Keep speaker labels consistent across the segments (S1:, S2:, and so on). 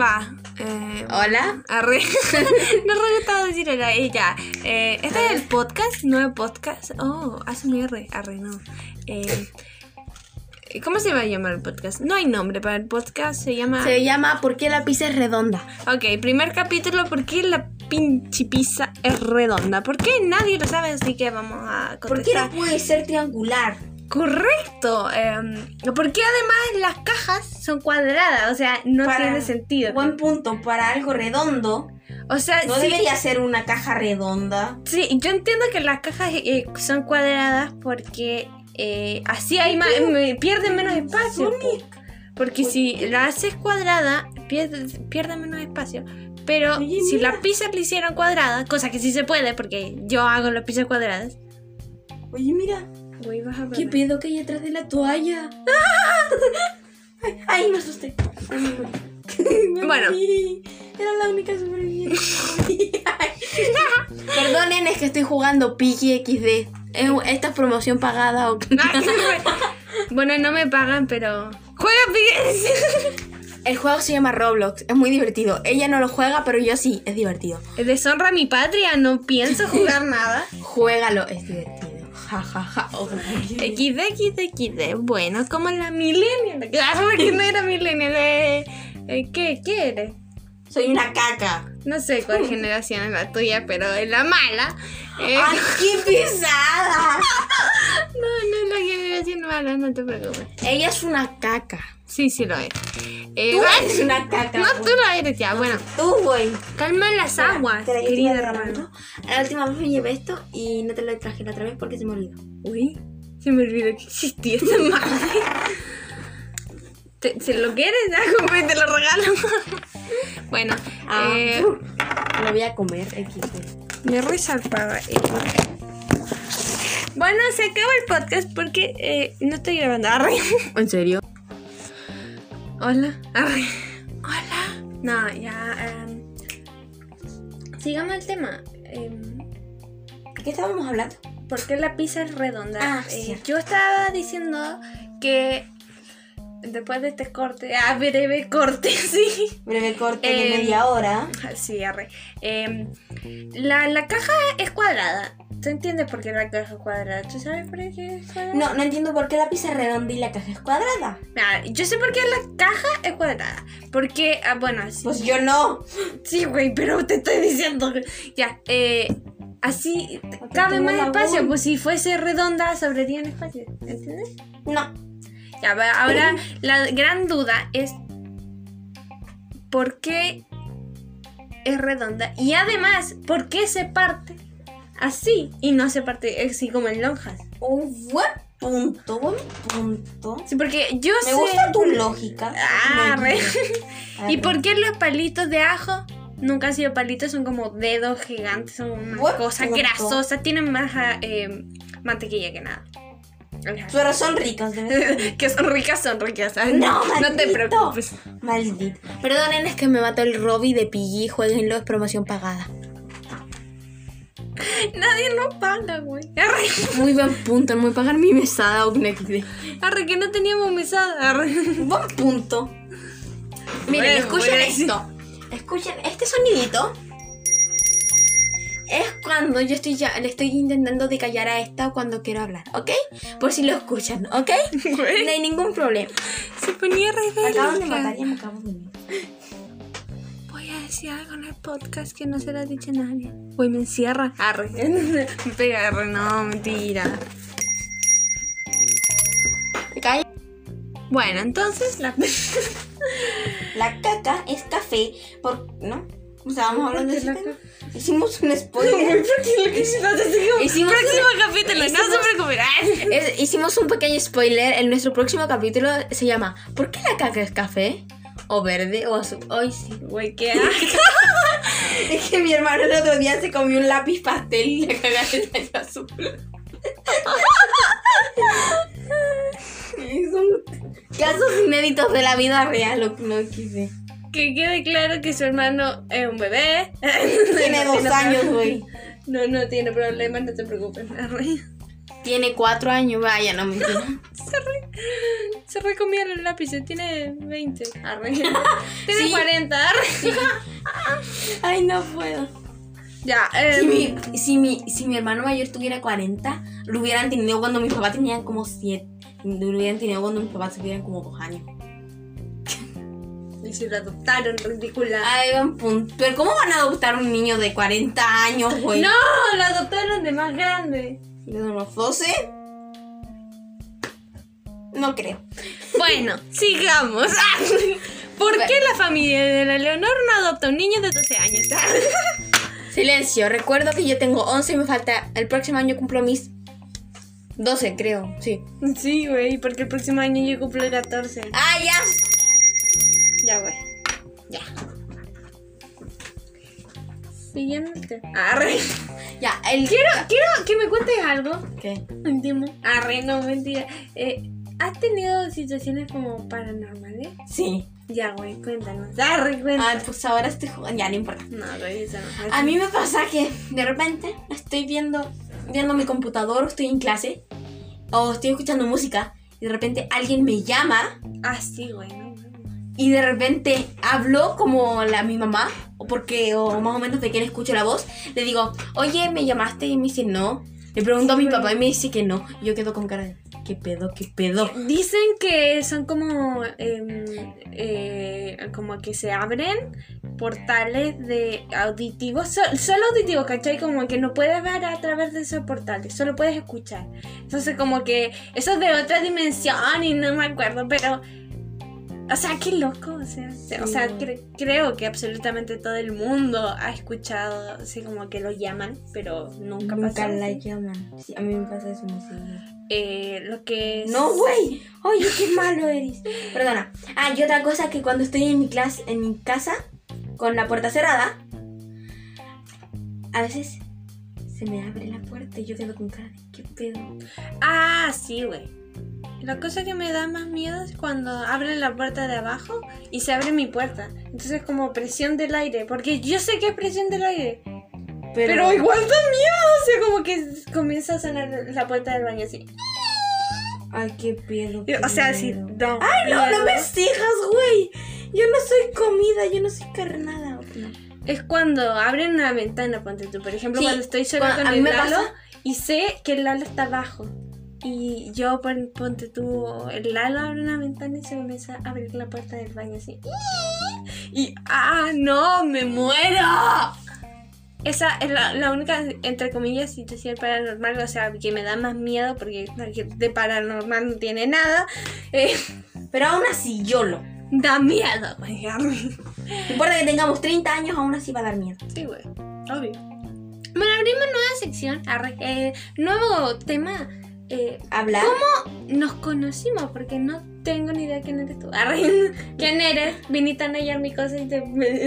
S1: Va. eh,
S2: Hola.
S1: Arre. no re gustaba decir hola. Y ya. Eh, este es el podcast, nuevo podcast. Oh, hace un R. Arre, no. Eh, ¿Cómo se va a llamar el podcast? No hay nombre para el podcast. Se llama.
S2: Se llama ¿Por qué la pizza es redonda?
S1: Ok, primer capítulo. ¿Por qué la pinche pizza es redonda? ¿Por qué nadie lo sabe? Así que vamos a contestar.
S2: ¿Por qué no puede ser triangular?
S1: Correcto. em, porque además las cajas son cuadradas. O sea, no
S2: Para-
S1: tiene sentido.
S2: Buen punto, para algo redondo.
S1: O sea,
S2: No
S1: sí-
S2: debería ser una caja redonda.
S1: Sí, yo entiendo que las cajas eh, son cuadradas porque eh, así hay más, me- pierden menos espacio. po. Porque si la haces cuadrada, pierde, pierde menos espacio. Pero
S2: Oye,
S1: si
S2: mira.
S1: las pizzas le hicieran cuadrada, cosa que sí se puede porque yo hago las pizzas cuadradas.
S2: Oye, mira,
S1: Güey, vas a
S2: ¿qué
S1: perder.
S2: pedo que hay atrás de la toalla? Ay, ay, me asusté. Ay, me morí. Me
S1: Bueno.
S2: morí. Era la única superviviente. Perdonen, es que estoy jugando Piki XD. Es un- Esta es promoción pagada o
S1: Ah, bueno, no me pagan, pero... ¡Juega pizzas!
S2: El juego se llama Roblox, es muy divertido. Ella no lo juega, pero yo sí, es divertido.
S1: Deshonra a mi patria, no pienso jugar nada.
S2: Juégalo, es divertido. Ja, ja, ja. Oh,
S1: XD, XD, XD. Bueno, como la millennial. Claro, porque no era millennial. eh. Eh, ¿Qué, ¿Qué eres?
S2: Soy una caca.
S1: No sé cuál generación es la tuya, pero es la mala. Eh,
S2: ¡Ay, qué pesada!
S1: no, no es la generación mala, no te preocupes.
S2: Ella es una caca.
S1: Sí, sí lo es. Eh,
S2: Tú
S1: bueno,
S2: eres una caca.
S1: No, tú lo eres ya. Bueno,
S2: Tú, güey.
S1: calma las aguas,
S2: Espera, yo te voy a
S1: querida
S2: derramar,
S1: hermana.
S2: ¿no? La última vez me llevé esto y no te lo traje la otra vez porque se me olvidó.
S1: Uy, se me olvidó que existía esa madre. ¿Te, ¿Se lo quieres? Ya, compa, y te lo regalo. bueno,
S2: Ah,
S1: eh,
S2: Lo voy a comer. XD.
S1: Me resalpaba. Bueno, se acaba el podcast porque eh, no estoy grabando. Arre.
S2: ¿En serio?
S1: Hola. Arre. Hola. No, ya. em, sigamos el tema. Em,
S2: ¿De qué estábamos hablando?
S1: ¿Por qué la pizza es redonda?
S2: Ah,
S1: Eh,
S2: cierto.
S1: yo estaba diciendo que después de este corte, ah, breve corte, sí.
S2: Breve corte
S1: Eh,
S2: de media hora.
S1: Sí, arre. Em, la, la caja es cuadrada. ¿Tú entiendes por qué la caja es cuadrada? ¿Tú sabes por qué es cuadrada?
S2: No, no entiendo por qué la pizza es redonda y la caja es cuadrada.
S1: Mira, Ah, yo sé por qué la caja es cuadrada. Porque, ah, bueno, sí,
S2: Pues yo no.
S1: sí, güey, pero te estoy diciendo. que- Ya, eh, así cabe
S2: tengo
S1: más
S2: laguna.
S1: espacio. Pues si fuese redonda, sobraría en espacio. ¿Entiendes?
S2: No.
S1: Ya, va, ahora la gran duda es: ¿por qué es redonda? Y además, ¿por qué se parte así y no se parte así como en lonjas?
S2: Un buen punto, buen punto.
S1: Sí, porque yo
S2: Me
S1: sé.
S2: gusta tu lógica.
S1: Ah,
S2: No,
S1: re.
S2: no.
S1: ¿Y
S2: Ah,
S1: por qué los palitos de ajo nunca han sido palitos? Son como dedos gigantes, son una
S2: Buen
S1: cosa
S2: punto.
S1: grasosa, tienen más ah, eh, mantequilla que nada. Ajá.
S2: Pero son ricos, de verdad.
S1: que son ricas, son ricas. ¿sabes?
S2: No,
S1: no te
S2: maldito.
S1: preocupes.
S2: Maldito. Perdonen, es que me mató el Robby de Piggy. Jueguenlo, es promoción pagada.
S1: Nadie lo paga, güey. Arre,
S2: Muy buen punto, no voy a pagar mi mesada, XD.
S1: arre, que no teníamos mesada. Arre.
S2: Buen punto. Miren,
S1: Bueno,
S2: escuchen
S1: bueno.
S2: esto. Escuchen este sonidito. Es cuando yo estoy ya, le estoy intentando de callar a esta cuando quiero hablar, ¿ok? Por si lo escuchan, ¿ok?
S1: Güey,
S2: No hay ningún problema.
S1: Se ponía
S2: Me
S1: rebelde.
S2: acaban de matar, ya me acaban de matar.
S1: Voy a decir algo en el podcast que no se lo ha dicho a nadie. Güey, me encierra. Arre. me pega, arre. No, mentira.
S2: Me callan.
S1: Bueno, entonces la...
S2: La caca es café, por, ¿no? O sea, vamos hablando de
S1: ¿Por qué
S2: ese
S1: la
S2: tema. Hicimos un spoiler. Hicimos
S1: Próximo capítulo, no se
S2: hicimos-
S1: preocupen. Ah,
S2: Es- hicimos un pequeño spoiler. En nuestro próximo capítulo se llama ¿Por qué la caca es café? O verde o azul. Hoy sí.
S1: Güey, qué asco.
S2: Es que mi hermano el otro día se comió un lápiz pastel y la caca le salió azul. Y Son casos inéditos de la vida real, lo que no quise.
S1: Que quede claro que su hermano es un bebé.
S2: Tiene
S1: No
S2: dos años,
S1: problema.
S2: güey.
S1: No, no Ah, tiene problemas, no te preocupes. Arre.
S2: Tiene cuatro años, vaya, no mentira.
S1: Se ríe. Se recomieron el lápiz, tiene 20.
S2: Arre.
S1: Tiene ah,
S2: Sí.
S1: 40. arre.
S2: Ay, no puedo.
S1: Ya, eh,
S2: Si mi, si, mi, si mi hermano mayor tuviera 40, lo hubieran tenido cuando mis papás tenían como 7. Lo hubieran tenido cuando mis papás tuvieran como 2 años.
S1: Y si lo adoptaron, ridícula.
S2: Ay, buen punto. Pero ¿cómo van a adoptar un niño de 40 años, güey?
S1: No, lo adoptaron de más grande.
S2: ¿De unos 12? No creo.
S1: Bueno, sigamos. ¿Por qué la familia de la Leonor no adopta un niño de 12 años? Ah,
S2: Silencio, recuerdo que yo tengo 11 y me falta. El próximo año cumplo mis 12, creo. Sí.
S1: Sí, güey, porque el próximo año yo cumplo 14.
S2: ¡Ah, ya!
S1: Ya, güey.
S2: Ya.
S1: Siguiente. Arre.
S2: Ya, el.
S1: Quiero, quiero que me cuentes algo
S2: ¿Qué?
S1: íntimo. Arre, no, mentira. Eh, ¿Has tenido situaciones como paranormales?
S2: Sí.
S1: Ya, güey, cuéntanos. Ah, Arre,
S2: Ah,
S1: cuéntanos.
S2: pues ahora estoy jugando. Ya, no importa.
S1: no, güey, esa no.
S2: A mí me pasa que de repente estoy viendo, viendo mi computador, o estoy en clase, o estoy escuchando música, y de repente alguien me llama.
S1: Ah, sí, güey, no, no.
S2: y de repente hablo como la, mi mamá, o porque, o más o menos de quién escucho la voz, le digo, oye, ¿me llamaste? Y me dice no. Le pregunto a mi
S1: Sí.
S2: papá y me dice que no. Y Yo quedo con cara de, ¿qué pedo, qué pedo?
S1: Dicen que son como em, eh, como que se abren portales de auditivos, sol- solo auditivos, ¿cachai? Como que no puedes ver a través de esos portales, solo puedes escuchar. Entonces como que eso es de otra dimensión y no me acuerdo, pero... O sea, qué loco, o sea, se- o sea
S2: Sí.
S1: cre- creo que absolutamente todo el mundo ha escuchado, así como que lo llaman, pero nunca, pasa.
S2: llaman. Sí, a mí me pasa eso, me
S1: Eh, lo que es-
S2: No, güey. Oye, qué malo eres. Perdona. Ah, y otra cosa que cuando estoy en mi clase, en mi casa, con la puerta cerrada, a veces se me abre la puerta y yo quedo con cara de, ¿qué pedo?
S1: Ah, sí, güey. La cosa que me da más miedo es cuando abren la puerta de abajo y se abre mi puerta. Entonces como presión del aire, porque yo sé que es presión del aire. Pero, igual da miedo, o sea, como que comienza a sonar la puerta del baño así.
S2: Ay, qué pedo.
S1: Y- O sea, así, da
S2: Ay, no, no
S1: miedo.
S2: me sigas, güey. Yo no soy comida, yo no soy carnada.
S1: Es cuando abren una ventana, ponte tú. Por ejemplo,
S2: Sí,
S1: cuando estoy sola
S2: cuando-
S1: con
S2: a mí
S1: el
S2: me
S1: Lalo
S2: pasa-
S1: y sé que el Lalo está abajo. Y yo, pon- ponte tú, el Lalo abre una ventana y se comienza a abrir la puerta del baño así. Y, ¡ah, no! ¡Me muero! Esa es la, la única, entre comillas, situación paranormal, o sea, que me da más miedo porque de paranormal no tiene nada. Eh,
S2: Pero aún así, YOLO.
S1: da miedo, güey.
S2: No importa que tengamos 30 años, aún así va a dar miedo.
S1: Sí, güey. Obvio. Bueno, abrimos nueva sección. arre, eh, nuevo tema. Eh,
S2: Hablar.
S1: nos conocimos porque no tengo ni idea quién eres tú. Arre, ¿Quién eres? Vine tan ayer mi cosa y te,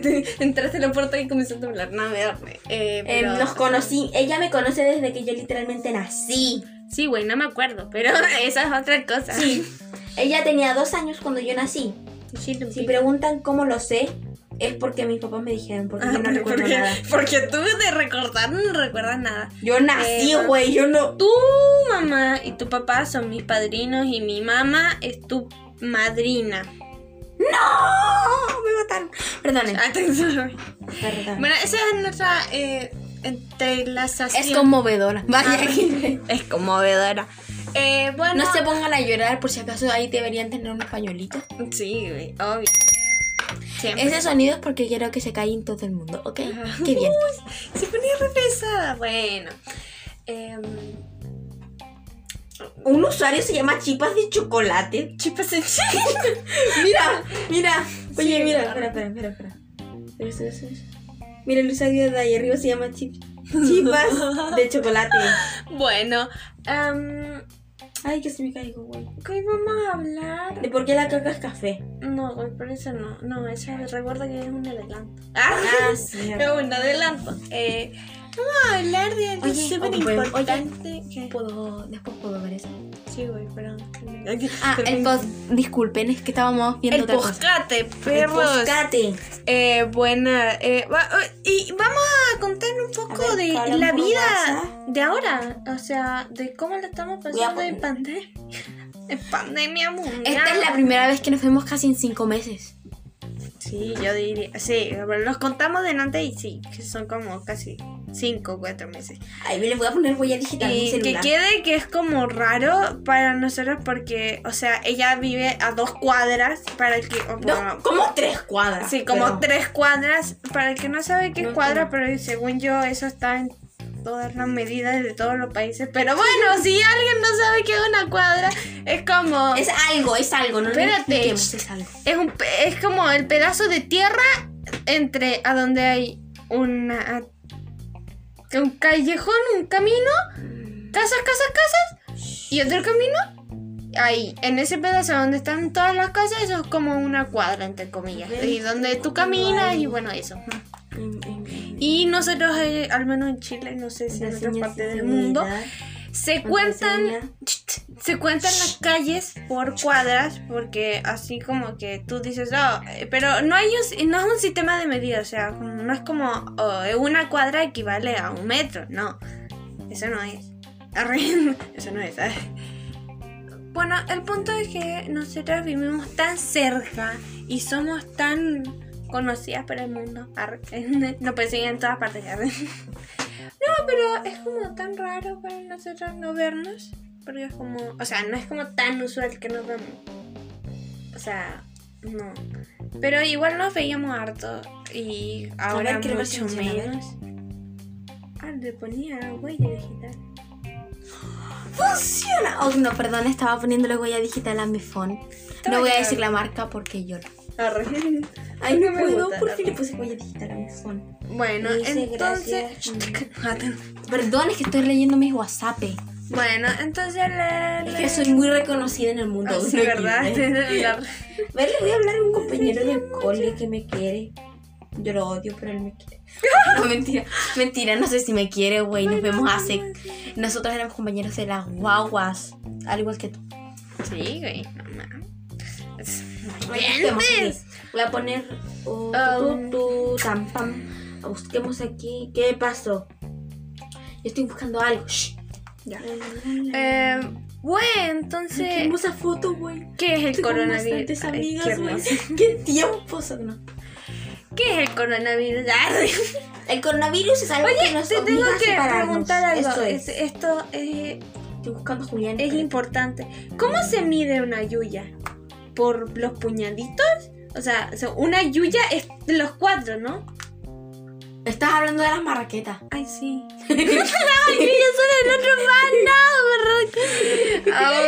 S1: te- entraste a la puerta y comenzaste a hablar. No, me arre. eh,
S2: Eh,
S1: pero-
S2: nos conocí, ella me conoce desde que yo literalmente nací.
S1: Sí, güey, no me acuerdo, pero esa es otra cosa.
S2: Sí. Ella tenía dos años cuando yo nací.
S1: Sí, lo
S2: Si
S1: vi.
S2: preguntan cómo lo sé, es porque mis papás me dijeron, porque yo no
S1: Arre,
S2: recuerdo
S1: Ah, porque,
S2: nada.
S1: porque tú de recordar no recuerdas nada.
S2: Yo nací,
S1: Eh,
S2: güey, yo no.
S1: Tu mamá y tu papá son mis padrinos y mi mamá es tu madrina.
S2: ¡No! Me mataron. Perdonen.
S1: Atención.
S2: Perdón.
S1: Ah, Bueno, esa es nuestra eh, entrelazación. Ah,
S2: Es conmovedora. Vaya.
S1: es conmovedora. Eh, bueno,
S2: No se pongan a llorar por si acaso ahí deberían tener un pañuelito.
S1: Sí, güey, obvio. Siempre.
S2: Ese sonido es porque quiero que se calle en todo el mundo, ¿ok? Qué bien.
S1: Se ponía re pesada. Bueno. Em,
S2: Un usuario se llama Chipas de Chocolate.
S1: Chipas en
S2: Mira, mira. Oye,
S1: Sí,
S2: mira.
S1: claro.
S2: Espera, espera, espera, espera. Pero eso, eso, eso. Mira, el usuario de ahí arriba se llama Chip- Chipas de Chocolate.
S1: Bueno. em,
S2: Ay, que se me caigo, güey.
S1: ¿Qué vamos a hablar?
S2: ¿De por qué la caca es café?
S1: No, güey, por eso no. No, eso recuerda que es un adelanto. Ah,
S2: sí.
S1: es un adelanto. Eh, vamos a hablar de algo
S2: Oye,
S1: súper
S2: oye, oye.
S1: importante. que-
S2: Puedo, después puedo ver eso.
S1: Sí, güey, pero...
S2: Ah, el post. Disculpen, es que estábamos viendo
S1: El
S2: otra cosa.
S1: poscate,
S2: El
S1: perros.
S2: poscate.
S1: Eh, buena. eh, va- oh, y vamos a contar un
S2: A
S1: poco
S2: ver,
S1: de
S2: Colin
S1: la vida
S2: Burgasa.
S1: de ahora. O sea, de cómo la estamos
S2: Voy a
S1: pasando
S2: poner-
S1: en pandemia. Es pandemia mundial.
S2: Esta es la primera vez que nos vemos casi en cinco meses.
S1: Sí, yo diría. Sí, los contamos delante y sí, que son como casi 5 o 4 meses.
S2: Ahí me les voy a poner huella digital en mi
S1: Y Eh, que
S2: celular.
S1: quede que es como raro para nosotros porque, o sea, ella vive a dos cuadras para el que... o bueno,
S2: No, como tres cuadras.
S1: sí, como
S2: pero-
S1: tres cuadras. Para el que no sabe qué
S2: No
S1: es
S2: es
S1: cuadra,
S2: como-
S1: pero según yo eso está en todas las medidas de todos los países. Pero bueno, si alguien no sabe qué es una cuadra, es como...
S2: Es algo, es algo, no
S1: Espérate.
S2: lo expliquemos, es algo.
S1: Es, un pe- es como el pedazo de tierra entre a donde hay una un callejón, un camino, casas, casas, casas y otro camino. Ahí, en ese pedazo donde están todas las casas, eso es como una cuadra, entre comillas. Y donde tú caminas y bueno, eso. Y nosotros, eh, al menos en Chile, no sé si en otras partes del mundo, se cuentan se cuentan las calles por cuadras porque así como que tú dices "Ah, eh, pero no hay un, no es un sistema de medida o sea como- no es como oh, eh, una cuadra equivale a un metro no eso no es Arre, eso no es ay. bueno el punto es que nosotras vivimos tan cerca y somos tan conocidas por el mundo Arre, no pensé en todas partes arre. No, pero es como tan raro para nosotros no vernos. Porque es como. O sea, no es como tan usual que nos vemos. O sea, no. Pero igual nos veíamos harto. Y ahora
S2: ver, quiero ver
S1: mucho
S2: si funciona, a ver.
S1: menos. Ah, le ponía huella digital.
S2: ¡Funciona! Oh, no, perdón, estaba poniéndole huella digital a mi phone. No voy a
S1: bien.
S2: decir la marca porque yo
S1: Arre.
S2: Ay, no
S1: me
S2: puedo,
S1: gusta,
S2: ¿por
S1: Ah, no.
S2: qué le puse huella digital a mi phone?
S1: Bueno,
S2: Dice,
S1: entonces.
S2: Perdón, es que estoy leyendo mis WhatsApp.
S1: bueno, entonces la.
S2: Es
S1: la-
S2: que soy muy reconocida en el mundo.
S1: Ah, sí,
S2: ¿no?
S1: ¿verdad? La-
S2: A ver, le voy a hablar a un compañero del cole que me quiere. Yo lo odio, pero él me quiere. No, mentira, mentira, no sé si me quiere, güey. Nos vemos hace. Nosotros éramos compañeros de las guaguas, al igual que tú.
S1: Sí, güey. no mames.
S2: Ahí estamos,
S1: Dientes.
S2: Inés. Voy a poner uh,
S1: Um.
S2: tu, tu, tam, pam. Busquemos aquí. ¿Qué pasó? Yo estoy buscando algo. Shh.
S1: Ya.
S2: Eh,
S1: Eh, bueno, entonces,
S2: Qué esa foto, güey.
S1: ¿qué es el
S2: Tengo
S1: coronavirus?
S2: bastantes
S1: Ay,
S2: amigas,
S1: qué
S2: güey.
S1: hermoso.
S2: Qué tiempos. No.
S1: ¿Qué es el coronavirus? Arre.
S2: El coronavirus es algo que nos
S1: Te tengo
S2: obliga a
S1: que
S2: separarnos.
S1: preguntar algo.
S2: Eso
S1: Es-
S2: es.
S1: Esto eh,
S2: Estoy buscando a Julián.
S1: es importante. ¿Cómo se mide una yuya? ¿Por los puñaditos? O sea, so- una yuya es los cuatro, ¿no?
S2: Estás hablando de las marraquetas.
S1: Ay, sí. Ay, yuya son el otro más. No, marra-
S2: La marra-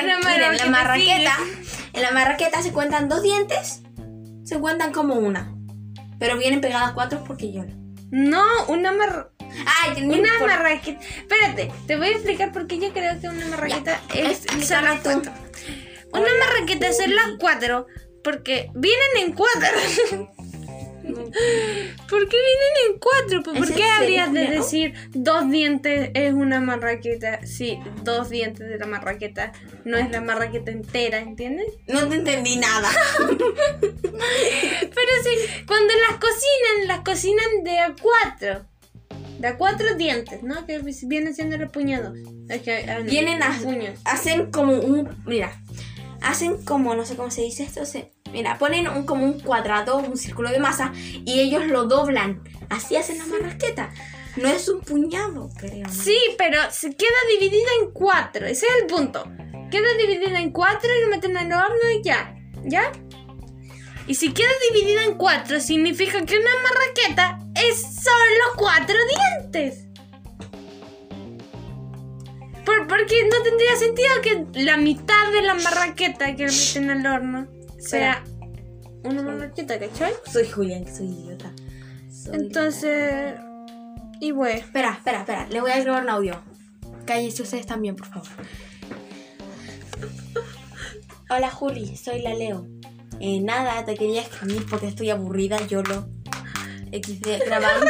S1: Oh. Una
S2: miren, la marraqueta.
S1: sigue.
S2: En la marraqueta se cuentan dos dientes. Se cuentan como una. Pero vienen pegadas cuatro porque yo.
S1: No, una marra...
S2: Ay, no
S1: Una
S2: importa.
S1: marraqueta. Espérate, te voy a explicar por qué yo creo que una marraqueta
S2: Ya,
S1: es son
S2: explícame
S1: las
S2: tú.
S1: cuatro. Una marraqueta son las cuatro porque vienen en cuatro. ¿Por qué vienen en cuatro? Pues, ¿Por
S2: ¿Es
S1: por
S2: en
S1: qué
S2: serio,
S1: habrías de
S2: Julia?
S1: decir dos dientes es una marraqueta? Sí, dos dientes de la marraqueta no es la
S2: Ah.
S1: marraqueta entera, ¿entiendes?
S2: No te entendí nada.
S1: Pero sí, cuando las cocinan, las cocinan de a cuatro. De a cuatro dientes, ¿no? Que vienen siendo los puñados. Es que, ah, no,
S2: Vienen a-
S1: puños.
S2: Hacen como un. Mira. Hacen como, no sé cómo se dice esto. Se, mira, ponen un, como un cuadrado, un círculo de masa y ellos lo doblan. Así hacen la marraqueta. No es un puñado, creo. ¿no?
S1: Sí, pero se queda dividida en cuatro. Ese es el punto. Queda dividida en cuatro y lo meten al horno y ya. ¿Ya? Y si queda dividida en cuatro, significa que una marraqueta es solo cuatro dientes. Por- porque no tendría sentido que la mitad de la marraqueta que le meten al horno sea una marraqueta, ¿cachai?
S2: Soy Julián, que soy idiota. Soy
S1: Entonces. Y bueno.
S2: Espera, espera, espera. Le voy a grabar un audio. Cállense ustedes también, por favor. Hola Juli, soy la Leo. Eh, nada, te quería escribir porque estoy aburrida, yo lo XD grabando.